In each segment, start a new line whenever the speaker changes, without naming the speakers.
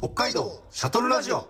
シャトルラジオ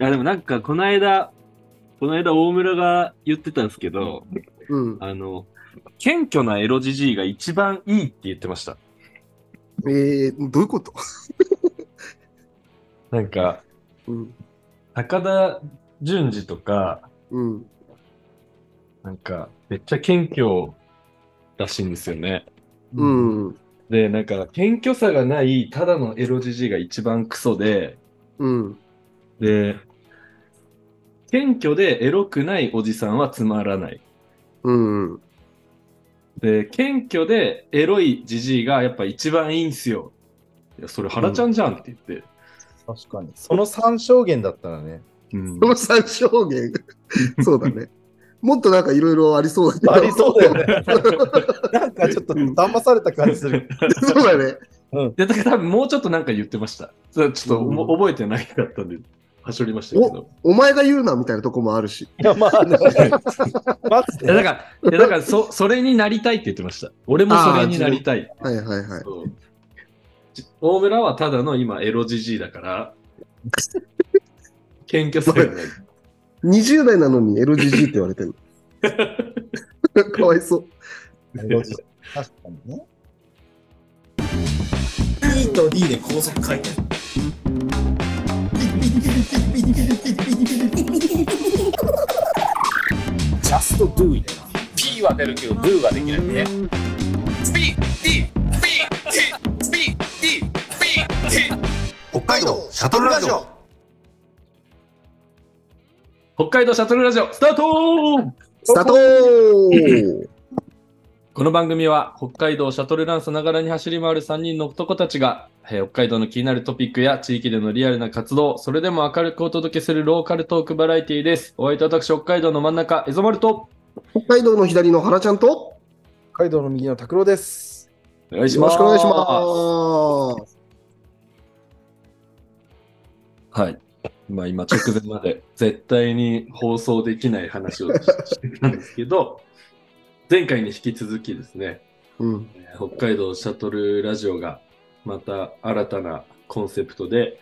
いやでもなんかこの間、この間大村が言ってたんですけど、
うん。
あの、謙虚なエロじじいが一番いいって言ってました。
えー、どういうこと
なんか、
うん。
高田純次とか、
うん。
なんか、めっちゃ謙虚らしいんですよね。
うん。
で、なんか、謙虚さがない、ただのエロじじいが一番クソで、
うん。
で、謙虚でエロくないおじさんはつまらない。
うん。
で、謙虚でエロいじじいがやっぱ一番いいんすよ。いや、それ原ちゃんじゃんって言って。
確かに。その三証言だったらね。
うん
この三証言、そうだね。もっとなんかいろいろありそうだけど。
ありそうだよね。 なんかちょっと騙された感じする。
そうだね。
で、だから多分もうちょっとなんか言ってました。それはちょっとおも、
う
覚えてないかったんで、はしょりましたけど。
お前が言うなみたいなとこもあるし。
いや、まあね。マジ
いやだ
で。
から、いやだからそ、それになりたいって言ってました。俺もそれになりたい。
はいはいはい。
そうじ大村はただの今、エロじじいだ から、謙虚さがない。
20代なのに LGG って言われてる。かわいそう。
確かにね。
E と D で高速回転。ジャスト do it な。
P は出るけど Do ができないね。P D P T P D P T
北海道シャトルラジオ
北海道シャトルラジオ、スタート
スタートー
この番組は北海道シャトルランさながらに走り回る3人の男たちが、えー北海道の気になるトピックや地域でのリアルな活動、それでも明るくお届けするローカルトークバラエティです。お相手は私、北海道の真ん中、エゾマルト。
北海道の左の原ちゃんと、
北海道の右の拓郎です。
お願いし
よ
ま
ろ
す。
しくお願いします。
はい。まあ今直前まで絶対に放送できない話をしてたんですけど、前回に引き続きですね、
うん。
えー北海道シャトルラジオがまた新たなコンセプトで、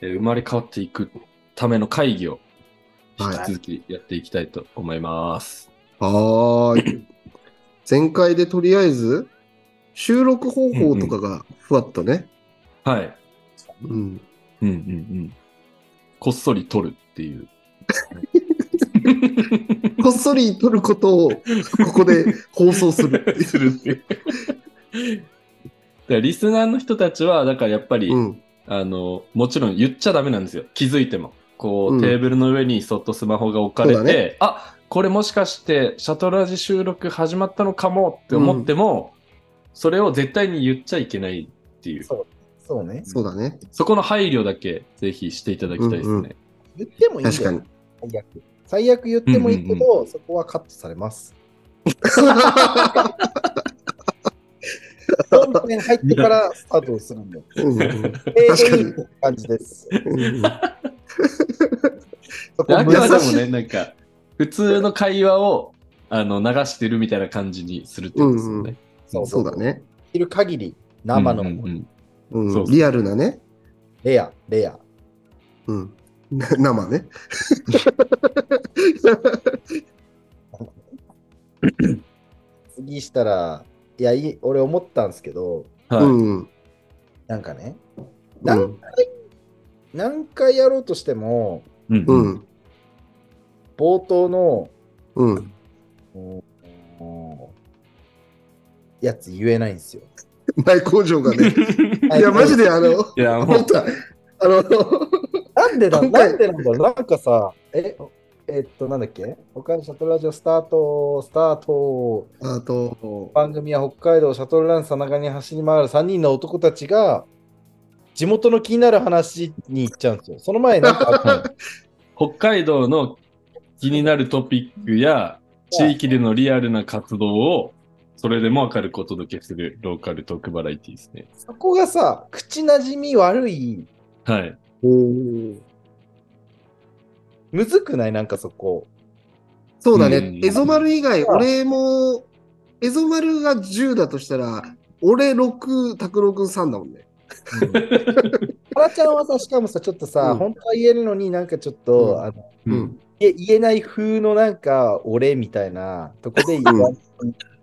えー生まれ変わっていくための会議を引き続きやっていきたいと思います。
はーい。前回でとりあえず、収録方法とかがふわっとね。
はい。
うん。
うんうんうん。こっそり撮るっていう。
こっそり撮ることを、ここで放送す る。
するっていう。 だからリスナーの人たちは、だからやっぱり、
うん。
あの、もちろん言っちゃダメなんですよ。気づいても。こう、
うん
テーブルの上にそっとスマホが置かれて、
そうだね
あこれもしかして、シャトラジ収録始まったのかもって思っても、それを絶対に言っちゃいけないっていう、
そうね。
そうだね。
そこの配慮だけぜひしていただきたいですね。
うんうん
言ってもいいんだ
確
よ
かに。
最悪。最悪言ってもいいけど、そこはカットされます。本編入ってからスタートするんで。
うんうん
え
確かに
ー、感じです。
うん
そ
で
こ
あくまでも
優
ね、なんか、普通の会話をあの流してるみたいな感じにするってことですよね。
うんそうだ。ね。
いる限り、生の
うんうんうん
うん
そうそう
リアルなね。
レア、レア。
うん、 な生ね。
次したら、いや、いい俺思ったんですけど、
はい、
うん
なんかね、
う
なん
ん
何回やろうとしても、
うん
う
うん
ん
冒頭の、
うん
うんうんやつ言えないんですよ。
前工場がね。 い
い
や、マジであの、
いや、もう
本、当あの、
なんでだ、
今
な
回
んでなんだろうなんかさ、え、えっと、なんだっけ北海道シャトルラジオスタート、スタート。
あと、
番組は北海道シャトルランさながに走り回る3人の男たちが、地元の気になる話に行っちゃうんですよ。その前なんかあ ったの
北海道の気になるトピックや地域でのリアルな活動をそれでも明るくお届けするローカルトークバラエティですね。
そこがさ、口なじみ悪い、
はい。
お
むずくないなんかそこ。
そうだね、
うん
エゾマル以外、俺も、エゾマルが10だとしたら、俺6、拓郎くん3だもんね。
ハラちゃんはさ、しかもさ、ちょっとさ、
うん
本当は言えるのになんかちょっと、
うん
あの
う
う
ん
ん。
言え言えない風のなんか、俺みたいなとこで言わ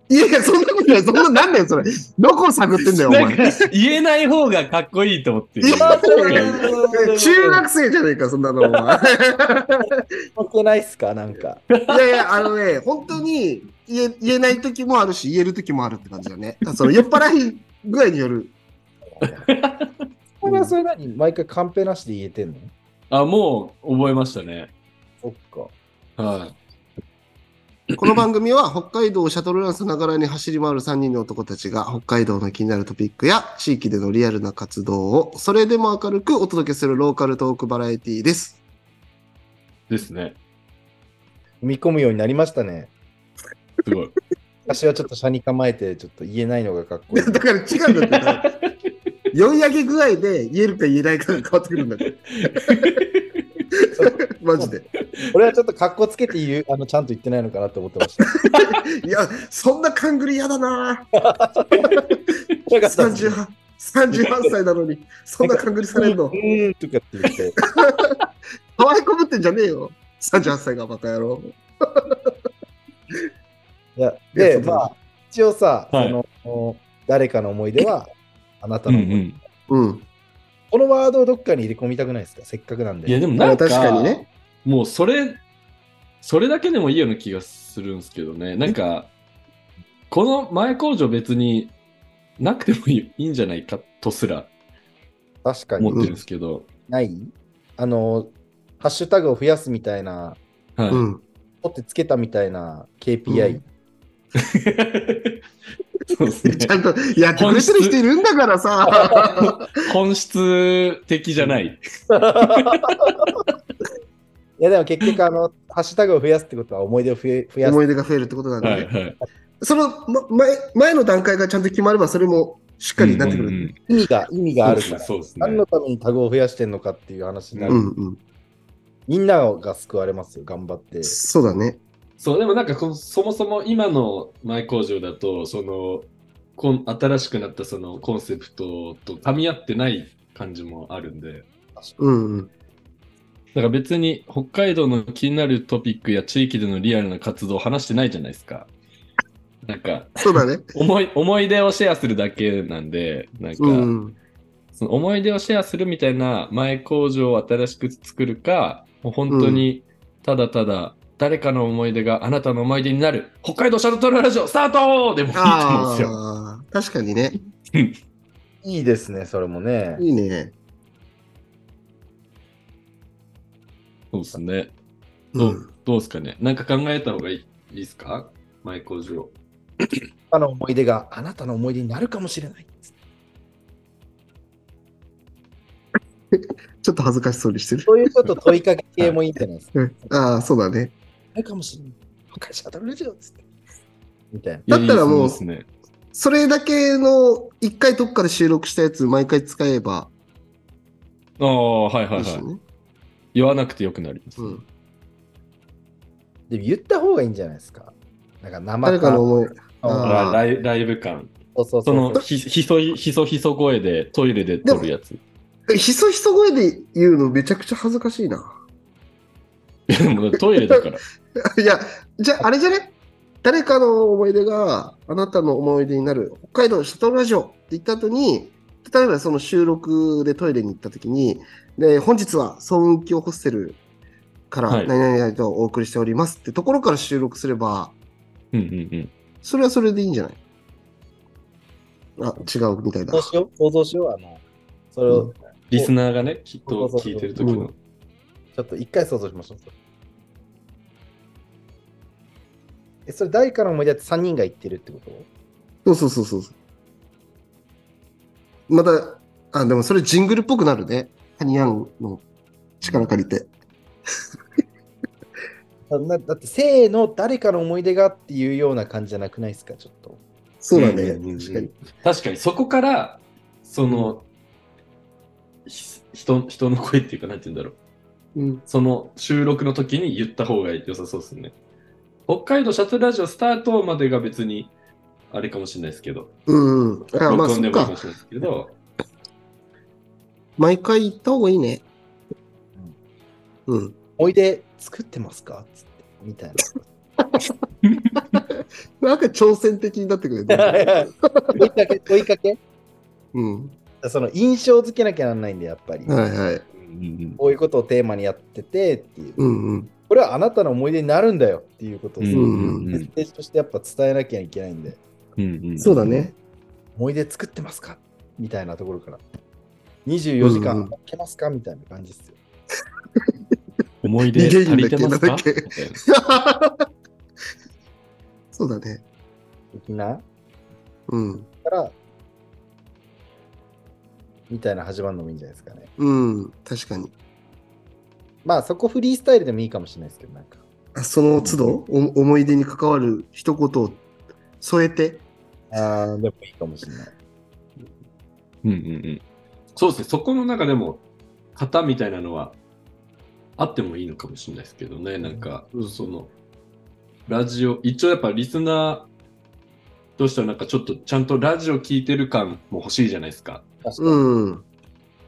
いやいや、そんなことない。そんな、なんだよ、それ。どこを探ってんだよ、お
なん
前。
か言えない方がかっこいいと思ってる
いや
そうだよ
中学生じゃねえか、そんなの、お前。
負けないっすかなんか。
いやいや、あのね、本当に言え言えない時もあるし、言える時もあるって感じだね。その酔っ払い具合による。
これはそれなに毎回カンペなしで言えてんの
あ、もう覚えましたね。
そっか。
はい。
この番組は北海道をシャトルランスながらに走り回る3人の男たちが北海道の気になるトピックや地域でのリアルな活動をそれでも明るくお届けするローカルトークバラエティです。
ですね。
踏み込むようになりましたね。
すごい。
私はちょっと車に構えて、ちょっと言えないのがかっこいい
だ。から違うんだって。酔い上げ具合で言えるか言えないかが変わってくるんだ って。マジで。
俺はちょっと格好つけて言う、あの、ちゃんと言ってないのかなって思ってま した。
いや、そんな勘ぐり嫌だな
なかったっすね
38, 38歳なのに、そんな勘ぐりされるの。
うーんとかって言って。
可愛いこぶってんじゃねえよ。38歳がバカ野郎。
いや
い
で、
やそうだ
まあ、一応さ、
はい
その、誰かの思い出は、あなた
うんう
の、
ん。
うん。
このワードをどっかに入れ込みたくないですかせっかくなんで。
いや、でもな
ま
ん
あ
か、
確かにね。
もうそれ、それだけでもいいような気がするんですけどね。なんか、この前工場別になくてもいいいいんじゃないかとすら
確かに
思ってるんですけど。
ない、あの、ハッシュタグを増やすみたいな、
はい。
うん。
取ってつけたみたいな KPI。
う
そうですね
ち。ゃんとやってくれてる人いるんだからさ。
本質的じゃない。
いや、でも結局、あの、ハッシュタグを増やすってことは思い出を増え増やす。
思い出が増えるってことなん
は
だ
い
ね。
はい。
その、ま、前前の段階がちゃんと決まれば、それもしっかりなってく
うんうんう
る
ん。
意味が、意味があるから。
そうですね。
何のためにタグを増やしてんのかっていう話にな
う
る。
んうん。
みんなが救われますよ、頑張って。
そうだね。
そう、でもなんかこのそもそも今の前工場だと、その、こん新しくなったそのコンセプトと噛み合ってない感じもあるんで、
うんうん。
だから別に北海道の気になるトピックや地域でのリアルな活動を話してないじゃないですか。なんか
そう だね。
思い、思い出をシェアするだけなんで、なんか、
うん。
その思い出をシェアするみたいな前工場を新しく作るか、もう本当にただただ誰かの思い出があなたの思い出になる、北海道シャルトルラジオスタートでもいいと思うんですよ。
ああ、確かにね。
いいですね、それもね。
いいね。
そうですね。
う
ど
ん
う。どうですかね。なんか考えた方がいいいいですか前工場。
あの思い出があなたの思い出になるかもしれない。
ちょっと恥ずかしそうにしてる。
そういうちょっと問いかけ系もいいんじゃないですか。
うん、ああ、そうだね。
なるかもしれない。会社当たるラジオっつって。みたいな。
いや
だったらもう
いいですね。
それだけの一回どっかで収録したやつ毎回使えば
ああ、はいはいい
いし
はい。
ね。
言わなくてよくなります。
うん
でも言った方がいいんじゃないですか。なんか生
誰かの思い。
あ
あ
あ
ー
あ
ライライブ感。
そうそうそ
そうのひひそひそひそ声でトイレで撮るやつ。い
ひそひそ声で言うのめちゃくちゃ恥ずかしいな。
やでもトイレだから。
いや、じゃああれじゃね誰かの思い出があなたの思い出になる北海道シャトルラジオって言った後に、例えばその収録でトイレに行った時に、で、本日は騒音響ホステルから
はい
何々々とお送りしておりますってところから収録すれば、
うんうんうん。
それはそれでいいんじゃないあ、違うみたいだ
想像。しよう、想像しよう。あの、それを
リスナーがね、きっ
そ
と
うそうそう
聞いてる時の。
うん
ちょっと一回想像しましょう。え、それ誰かの思い出って3人が言ってるってこと
そうそうそうそう。また、あ、でもそれジングルっぽくなるね。タニヤンの力借りて。
だなだって、せーの、誰かの思い出がっていうような感じじゃなくないですか、ちょっと。
そうだね。
うんうんうん
確かに。
確かにそこからその、ひ人人の声っていうかなんて言うんだろう
うん。
その収録の時に言った方が良さそうですね北海道シャトルラジオスタートまでが別にあれかもしれないですけど
うん、うん。あ、
録
まあ
音
そ
でもい
っ
いか
か
も。しれないですけど
毎回行った方がいいね。うん。
思い出作ってますかつって、み たい
なんか挑戦的になってくれる。
な。追いかけ、追いかけ
うん。
その印象付けなきゃなんないんで、やっぱり。
はいはい。
こういうことをテーマにやっててっていう。
うんうん。
これはあなたの思い出になるんだよっていうことをさ、
うん
メッセージとしてやっぱ伝えなきゃいけないんで、
そうだね。
思い出作ってますかみたいなところから。24時
うんう
間
ん
開けますかみたいな感じですよ。
思い
出
出
逃げる
足
んだっ
り
け
て
足り
ま
てます
す
かな
か
んだっけそうだね。
的な
うん。
から、みたいな始まるのもいいんじゃないですかね。
うん。確かに。
まあそこフリースタイルでもいいかもしれないですけど、なんか。
あその都度、お思い出に関わる一言を添えて。
ああ、でもいいかもしれない。
そうですねそこの中でも型みたいなのはあってもいいのかもしれないですけどねなんか、そのラジオ一応やっぱリスナーとしてはなんかちょっとちゃんとラジオ聞いてる感も欲しいじゃないですか
確かに
うん。
だ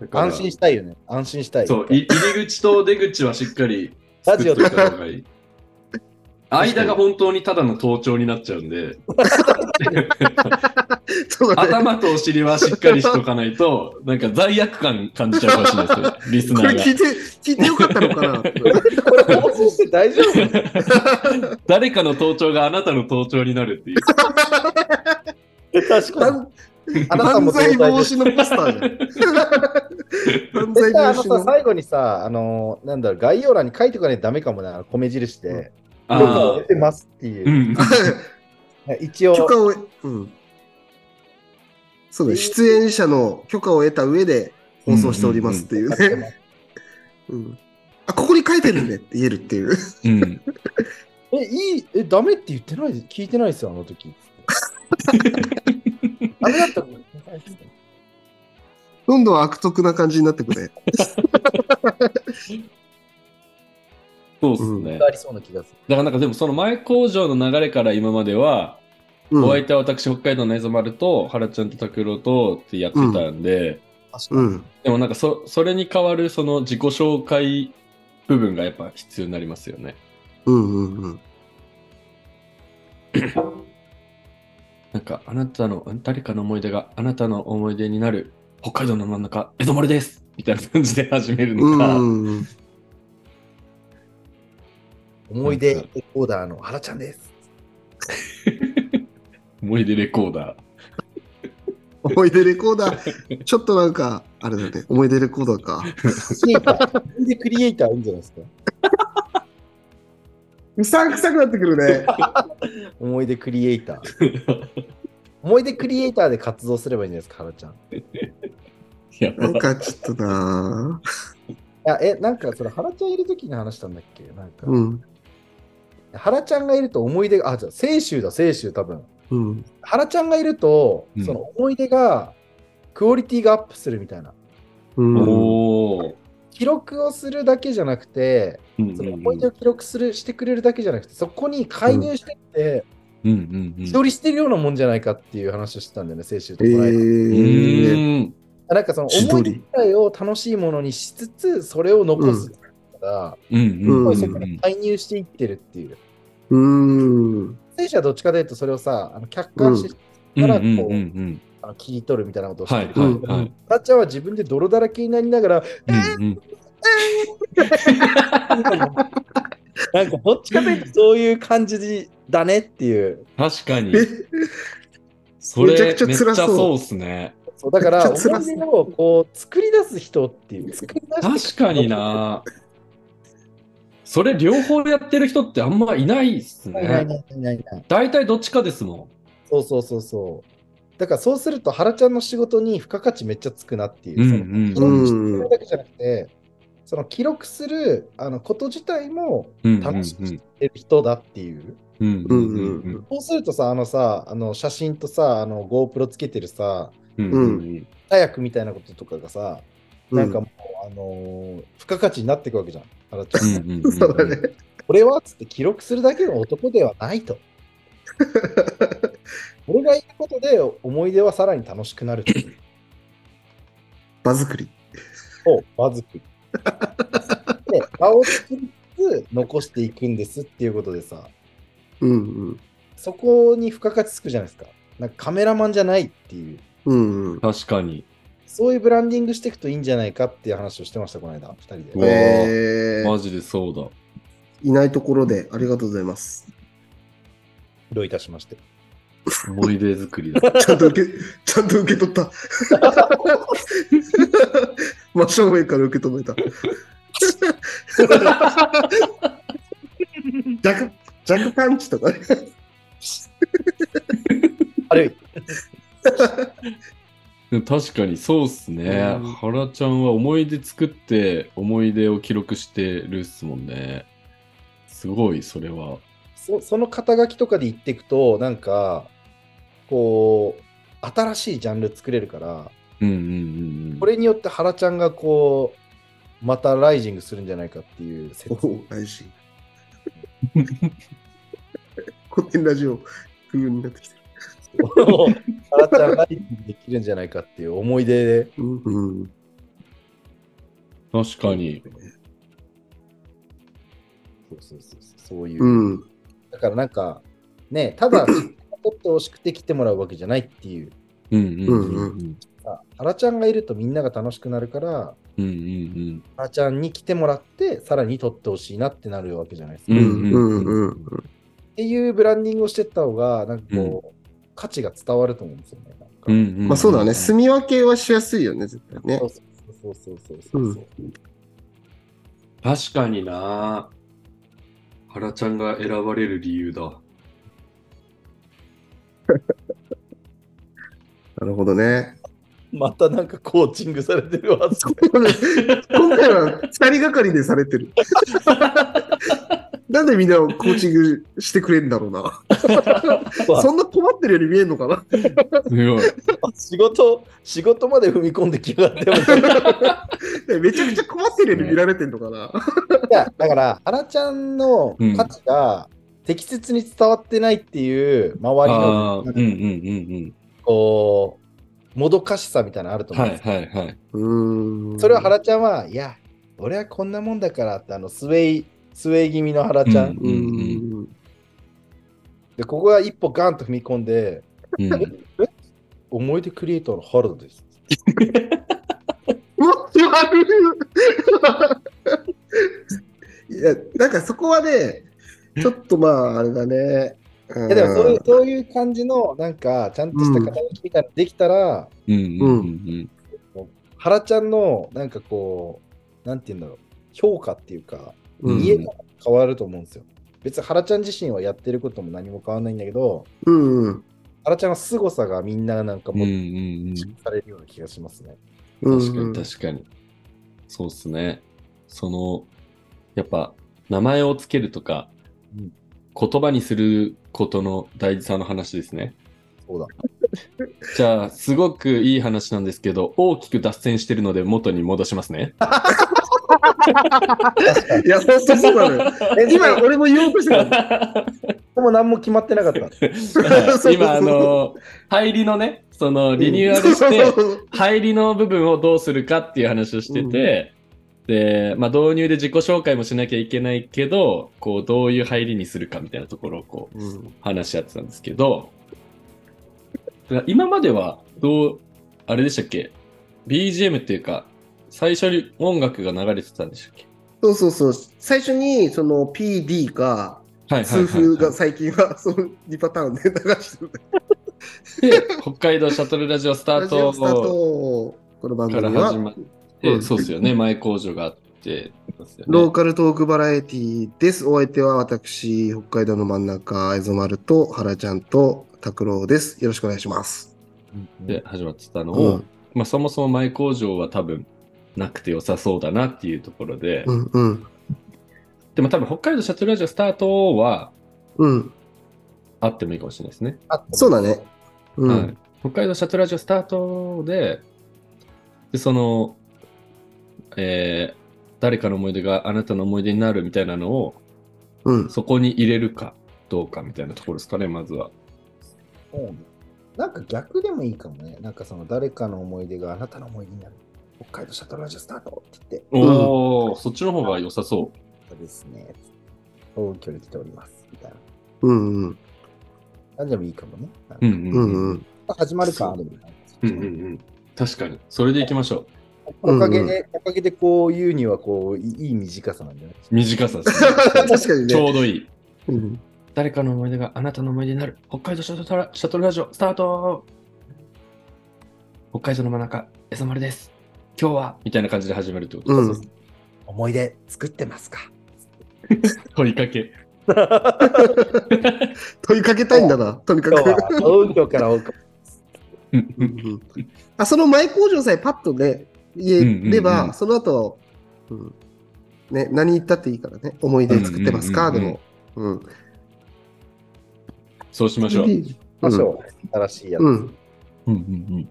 から
安心したいよね。安心したい。
そうい入り口と出口はしっかり
ラジオ
作っといた方がいい間が本当にただの盗聴になっちゃうんで
そうだね。
頭とお尻はしっかりしとかないと、なんか罪悪感感じちゃうかもしれないですね、リス
こ
ナ
れ聞い
ー
て、聞いてよかったのかな
これ放送して大丈夫
が。誰かの盗聴があなたの盗聴になる っていう。
確か
ば
に。
ん
あなた
犯
も同
罪
罪
防
です
止のポスター じゃん。犯罪
絶
防
対あの
止の
さ、。最後にさ、あのー、なんだろう、概要欄に書いておかないとダメかもな、あの米印で。
あ
出
ー
てますって
う
いう。
ん。
一応
許、可を、うん。そうだ、出演者の許可を得た上で放送しておりますっていうね。 うん。あ、ここに書いてるねって言えるっていう。
うん。
え、いい、え、ダメって言ってない、聞いてないですよ、あの時。ダメだったもん。
どんどん悪徳な感じになってくね。
そうっすね。だ
あ
か
りそうな気がする。
らなんかでもその前工場の流れから今までは、
うん。
お相手は私、北海道のエゾ丸と、原ちゃんと拓郎とってやってたんで、
確か
う
に。
ん。
でもなんかそ、それに代わるその自己紹介部分がやっぱ必要になりますよね。
うんうんうん。
なんか、あなたの、ん誰かの思い出があなたの思い出になる、北海道の真ん中、江戸丸ですみたいな感じで始める
う
の
ん
か、
うんうん。
思い出レコーダーの原ちゃんです。
思い出レコーダー。
思い出レコーダー。ちょっとなんか、あれだね。思い出レコーダーか。
クリエイター。思い出クリエイターいいんじゃないですか。
うさんくさくなってくるね。
思い出クリエイター。思い出クリエイターで活動すればいいんじゃないですか、原ちゃん。い
や
な
ば
んかちょっとなぁ
や、え、なんか、それ、原ちゃんいる時に話したんだっけなんか。
うん。
原ちゃんがいると思い出が、あ、じゃあ、青州だ、青州、多分。
うん。
原ちゃんがいると、
うん
その思い出が、クオリティがアップするみたいな。
うん。
おー。
記録をするだけじゃなくて、
うんうん
その思い出
う
を記録するしてくれるだけじゃなくて、そこに介入してって、
んうんうん
自撮りしてるようなもんじゃないかっていう話をしてたんだよね、青州と
え
この間
う
ー。
ーん
なんかその
自
思
撮
い出
り。
自体を楽しいものにしつつ、それを残すから、
うん
う
うんん
す
う
ご
ん
いそこに介入していってるっていう。
うーん。
選手はどっちかというと、それをさ、あの客観視して、
う
か
ん
ら
う
こうん
うん
あの切り取るみたいなことをして
は
る
い
け
はい
ど。
はい
原ちゃんは自分で泥だらけになりながら、
うんうん
なんかどっちかというとそういう感じだねっていう。
確かに
え
それ
め
め
ち
ちゃ
ゃくちゃ辛そう
そうっすね
そうだから
めっちゃ辛
思い
そう
出をこう作り出す人っていう。作り出して
確かに。なそれ両方やってる人ってあんまいないっす
ないない
ね
ないないない。
大体どっちかですもん
そうそうそうそだからそうすると原ちゃんの仕事に付加価値めっちゃつくなっていうう。その
ん
記録してるだけじゃなくて、その記録するあのこと自体も
うん。
楽しみにしてる人だっていう。
うんうんうん
そうするとさ、あのさ、あの写真とさ、あの GoPro つけてるさ、
うんうん
早くみたいなこととかがさ、なんか
う
もう、あのー付加価値になっていくわけじゃん。原ちゃん。
うん。
そうだね。
俺はっつって記録するだけの男ではないと。俺がいることで思い出はさらに楽しくなるっていう。
場作り。
そう、まずく。で、場を作りつつ残していくんですっていうことでさ、
うん
そこに付加価値つくじゃないですか。なんかカメラマンじゃないっていう、
うん。うんうん。
確かに。
そういうブランディングしていくといいんじゃないかっていう話をしてました、この間、2人で。
うわ
えー
マジでそうだ。
いないところでありがとうございます。
どういたしまして。
思い出作りだ。
ちゃんと受け、 ちゃんと受け取った。 真正面から受け止めた。 弱、弱パンチとかね。
悪い。
でも確かにそうっすね
うん。
原ちゃんは思い出作って思い出を記録してるっすもんね。すごい、それは。
そその肩書きとかで言っていくと、なんか、こう、新しいジャンル作れるから、
うんうんうんうん。
これによって原ちゃんがこう、またライジングするんじゃないかっていう説
お お、大事。古典ラジオ風になってきて
を、原ちゃんライジングできるんじゃないかっていう思い出で、
る。うん。うん、
確かに。
そうそうそうそうそういう、
うん。
だからなんか、ね、ただ、取ってほしくて来てもらうわけじゃないっていう、
うんうんうん
うん
うん。
さ原ちゃんがいるとみんなが楽しくなるから、
うんうん
原ちゃんに来てもらって、さらに取ってほしいなってなるわけじゃないですか。
うん。う
うんんうん
うん
う
うん
っ
ん。
ていうブランディングをしてった方が、なんかこう、価値が伝わると思うんですよね。なんか
うんうん。
まあそうだね。住み分けはしやすいよね、絶対ね
そ。うそうそうそうそうそうそう。
確かにな。原ちゃんが選ばれる理由だ。
なるほどね。
またなんかコーチングされてるわ。
これ今回は2人がかりでされてる。 なんでみんなをコーチングしてくれるんだろうな。そんな困ってるように見えるのかな。
すごい。
仕事、仕事まで踏み込んできやがって。
めちゃくちゃ困ってるように見られてるのかな。
いやだから、原ちゃんの価値が適切に伝わってないっていう、周り
ああ
の、
ー、
なか
うんんうんうん
こう、もどかしさみたいなのある
う
と
ん。
思う
は
ん
い
ですよ
はいはい。
うーん
それを原ちゃんは、いや、俺はこんなもんだからって、あの、スウェイ、スウェイ気味の原ちゃん。
うん
うーん
で、ここが一歩ガンと踏み込んで、
うん
思い出クリエイターの原田です。
もっと悪 い。いや、なんかそこはね、ちょっとまあ、あれだね。
いやでもそういう、そういう感じの、なんか、ちゃんとした肩書きみたいなのできたら、
うんうんうん
原ちゃんの、なんかこう、なんて言うんだろう、評価っていうか、
うん
見え方が変わると思うんですよ。別に原ちゃん自身はやってることも何も変わらないんだけど、
うんうん
原ちゃんの凄さがみんななんか
うん。うん
も
う
っと
んうん。
されるような気がしますね。
うん
確かに確かに。そうっすね。その、やっぱ、名前をつけるとか、
うん
言葉にすることの大事さの話ですね。
そうだ。
じゃあ、すごくいい話なんですけど、大きく脱線してるので元に戻しますね。
いや、本当そう なのよ。今、俺も言おうとしてた。
でも何も決まってな かった。
そう
今、あの、入りのね、その、 リニューアルして、入りの部分をどうするかっていう話をしてて、で、まあ、導入で自己紹介もしなきゃいけないけど、こう、どういう入りにするかみたいなところをこう、話し合ってたんですけど、だから今までは、どう、あれでしたっけ ?BGM っていうか、最初に音楽が流れてたんでしたっけ
そうそうそう。最初に、その PD か、
はいはい
痛
はい、
風が
は
最近は、 その2パターンで流してる。
い。で、北海道シャトルラジオスタ
ラ
ー
ジオスター
ト
ト、この番
から
組
始ま
は
っ、
う
て、
ん
そうですよね、前工場があって、そうっすよね
ローカルトークバラエティです。お相手は私、北海道の真ん中、蝦夷丸と原ちゃんと拓郎です。よろしくお願いします。
お
で始まってたの
う
を、
ん
まあ、そもそも前工場は多分なくて良さそうだなっていうところで、
うんうん
でも多分北海道シャトルラジオスタートは
うん。
あってもいいかもしれないですね。
あ
そうだね。う
は
ん
い、北海道シャトルラジオスタートで、でその、えー誰かの思い出があなたの思い出になるみたいなのを
うん
そこに入れるかどうかみたいなところですかね、まずは。
そうねなんか逆でもいいかもね。なんかその誰かの思い出があなたの思い出になる。北海道シャトルラジオスタートって言って、
おお、そっちの方が良さそ
そうですね。遠距離来ております。みたいな。
うんうん
なんでもいいかもね。なん
う。
か
うん
う
うん
ん
うん。
うん
始まる感あるみたい
うんう
な。
んうん、確かに。それでいきましょ。
おかげで、おかげでこう言うにはこう、いいい短さなんじゃないう
短さです、
確かに
ね。ちょ
ね。
うどいい。
うん
誰かの思い出があなたの思い出になる。北海道シャトルシャトルラジオ、スタート北海道の真ん中、エサマルです。今日はみたいな感じで始めるってこと
う
です、
ん。
思い出作ってますか
問いかけ。
問いかけたいんだな、とにか
今日
く。
は東京からお送り
うんう
うんんうんあその前工場さえパッとね、言えれば、
うんうんうん
その後、うんね、何言ったっていいからね、思い出作ってますか、
うんうんうんうん
でも。うん。
そうしましょう。うん
ましょう。新しいやつ。
うん。
うん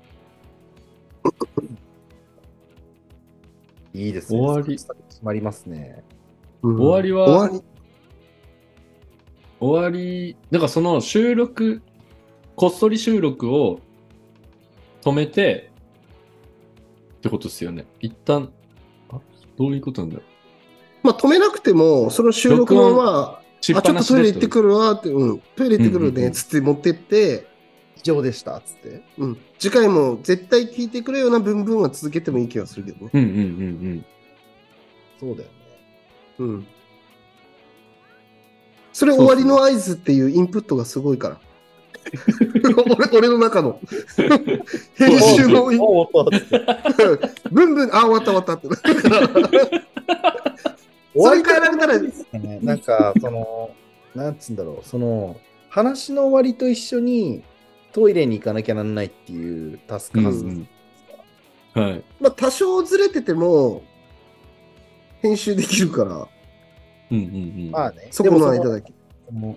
いいですね。
終わり
決まりますね。
うん
終わりは
終わり
うん、終わり、だからその収録、こっそり収録を止めてってことですよね。一旦、あどういうことなんだろう。
まあ止めなくても、その収録のまま、
しっ
あ、
ぱ
ちょっ
な
と
し
トイ
で
レ
っ
行
て
っ
こ
て
と
くるわって、うん、トイレ行ってく
う
る
んうんう
ね、
ん
つって持ってって、
以上でした。つって。
うん、次回も絶対聞いてくれような文々は続けてもいい気がするけどね。
うんうんうん
そうだよね。
うん。それ終わりの合図っていうインプットがすごいから。 俺俺の中の編集のイン
おうおうおうつって
ブンブンあ終わった終わったってだから
終
そ
わ
れ
り
変えられたら
ね、なんか、その、なんつうんだろう、その、話の終わりと一緒にトイレに行かなきゃなんないっていうタスク
うん。う
発生、
んうん、はい。
まあ多少ずれてても編集できるから
うんうんうん。
まあね、
そこの
で
間
も
だけ
その、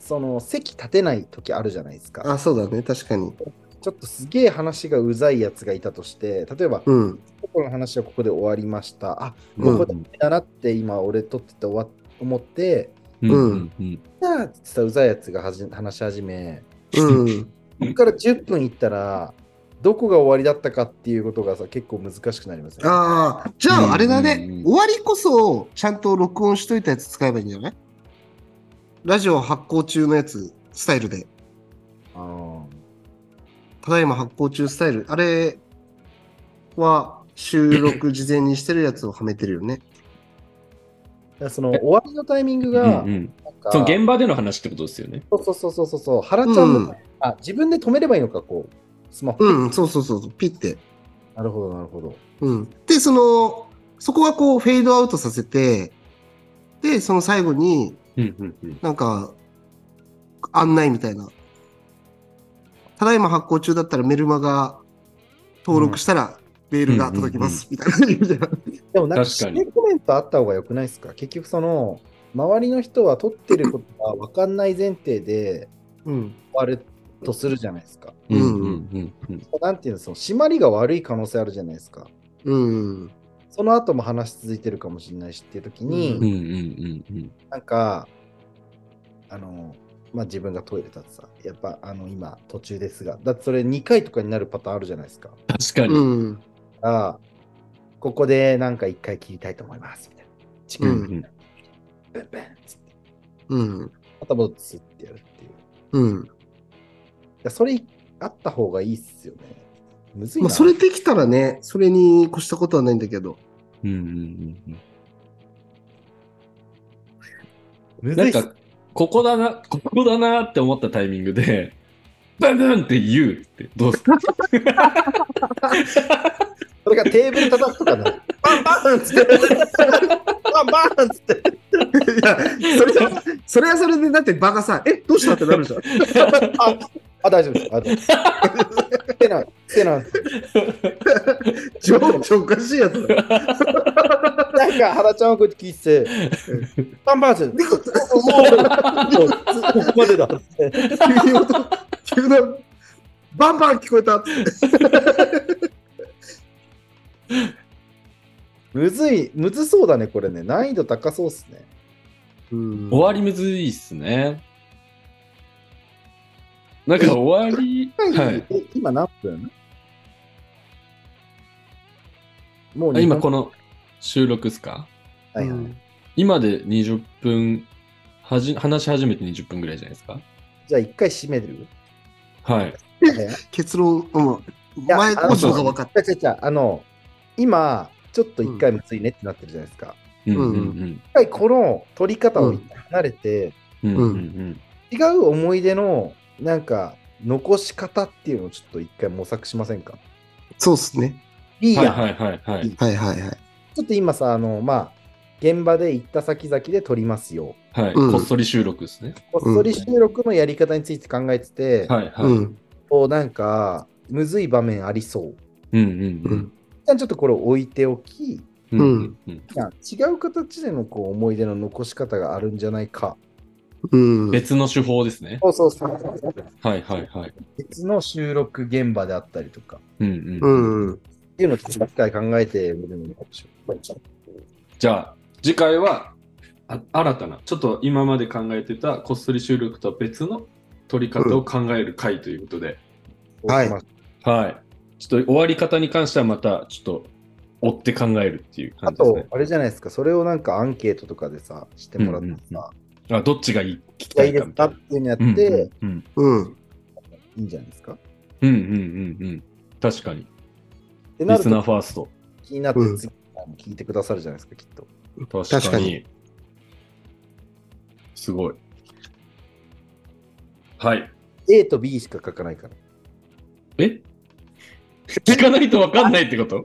その、席立てない時あるじゃないですか。
あそうだね確かに
ちょっとすげえ話がうざいやつがいたとして、例えば、
うん
ここの話はここで終わりました。あ、
うん
ここでだなって今俺撮ってて終わっ思って、
うんうんうん。
じゃあ、つってたうざいやつがはじ話し始め、
うん
ここから10分いったら、どこが終わりだったかっていうことがさ、結構難しくなりますね。
ああじゃああれだね、
うんうんうん
終わりこそちゃんと録音しといたやつ使えばいいんじゃないラジオ発行中のやつスタイルで
あー
ただいま発行中スタイル。あれは収録事前にしてるやつをはめてるよね。
だからその終わりのタイミング
う
が、
んうん、
なんか
その現場での話ってことですよね。
そうそうそうそうそう、原ちゃん
う
の、
ん、
あ、自分で止めればいいのか、こう、スマホ。
うん、そうそうそうそう、ピッて。
なるほど、なるほど。
うん。で、その、そこはこうフェードアウトさせて、で、その最後に
うんうんうん、
なんか案内みたいな。ただいま発行中だったらメルマが登録したらメールが届きます、みたいな言うじゃん。
でもなんか、
確か
締
に
めコメントあった方が良くないですか結局その、周りの人は撮ってることが分かんない前提で
うん。
終わるとするじゃないですか。
う
うんん
うんうん
なんていうの、その締まりが悪い可能性あるじゃないですか。
うん。
その後も話し続いてるかもしれないしっていう時に、
うん
うんうんうんうん
なんか、あの、まあ、自分がトイレ立ってさ、やっぱあの今途中ですが、だってそれ2回とかになるパターンあるじゃないですか。
確かに、
うん。
あここでなんか1回切りたいと思います、みたいな。チク
う
ン、
ん
ブンブンっつって、
うん。
また戻ってスッてやるっていう。い
うん。
やそれあった方がいいっすよね。むずい
ま
な。
あ、それできたらね、それに越したことはないんだけど。
うんうんうんうん
むず
ないん
っす
かここだなここだなって思ったタイミングで バンバンって言うってど うすか
それがテーブル叩くとかな。バン バンっつって。バンバンっつって。
いや、それは、それはそれで、だってバカさ、え、どうしたってなるじゃん。
ああ、大丈夫です。あ大丈夫ですてな、てな、
情緒おかしいやつだ。
なんか、原ちゃんはこうやって聞いてて、パンパンする。
でこ
もう、ここまでだ。
急に音、急な、バンバン聞こえた。
むずい、むずそうだね、これね。難易度高そうっすね。
終
終わりむずいっすね。なんか終わ り、はい。
え今何分もう
あ今こ
の、
の収録っすか
はいはい
今で20分はじ、話し始めて20分ぐらいじゃないですか。
じゃあ一回閉める
はい。
早い
結論、うん。
や
前工場が分かっ
違う違う違うあの、今、ちょっと一回むずいねってなってるじゃないですか。
うん
う
うんんうん。
一回この取り方を一回離れて、
うんうんうん。
違う思い出の、なんか、残し方っていうのをちょっと一回模索しませんか
た。そうっすね。
いいや
は
ん
いはいはいはい。
はいはいはい。
ちょっと今さ、あの、まあ、現場で行った先々で撮りますよ。
はい。
うん
こっそり収録ですね。
こっそり収録のやり方について考えてて、
はいはい。
う
うん
ん。
こうなんか、むずい場面ありそう。
うんうん
う
ん。
一旦ちょっとこれを置いておき、
うんうんうん
違う形でのこう思い出の残し方があるんじゃないか。
うん。
別の手法ですね。
そうそうそう。
はいはいはい。
別の収録現場であったりとか。
うん
う
うん。
ん。
っていうのをちょっと一回考えてみるのもいいかもしれない。
じゃあ、次回は、あ新たな、ちょっと今まで考えてたこっそり収録とは別の取り方を考える回ということで、
はい
そうします
はい。ちょっと終わり方に関してはまた、ちょっと追って考えるっていう
あ
感じです
と
ね、。
あれじゃないですか、それをなんかアンケートとかでさ、してもらってさ、
うんうんあどっちがいい聞き
期
た
待
い
で
か
す
みた
か
い
っ
な。
ていうのやっ
うん
て、
うん
うん。
いいんじゃないですか。っ
うんうんうんうんうん。確かに。
てな
リ
る
スナー
と
ファースト。
気になって
うん
次も聞いてくださるじゃないですか、きっと。
確
か
か
に
に。すごい。はい。
A と B しか書かない から。
え聞かないと分かんないってこと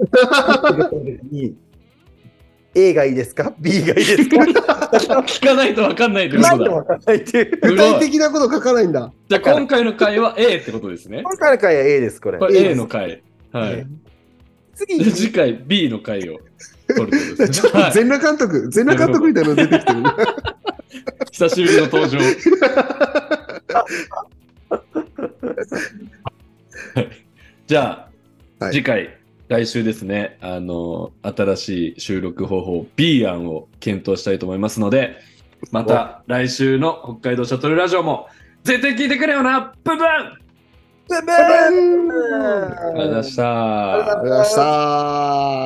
A がいいですか ?B がいいです か
聞かないと分かんないってこ
なん
と
で
だ。
わかん ないっていう。
す
具
ご
体
い。
的なこと書かないんだ。
じゃあ今回の回は A ってことですね。
今回の回は A です、これ。
これ A の回。は
え
い。
次、
で 次回 B の回を取るってことです
ちょ
ね
っ。と
はい
全裸監督、全裸監督みたいなの出てき てるね。
久しぶりの登場。じゃあ、
はい
次回、来週ですね、あの、新しい収録方法 B 案を検討したいと思いますので、また来週の北海道シャトルラジオも、絶対聞いてくれよなブンブンあ
ブンブン
ありがとう
りがとうございました。
ございました。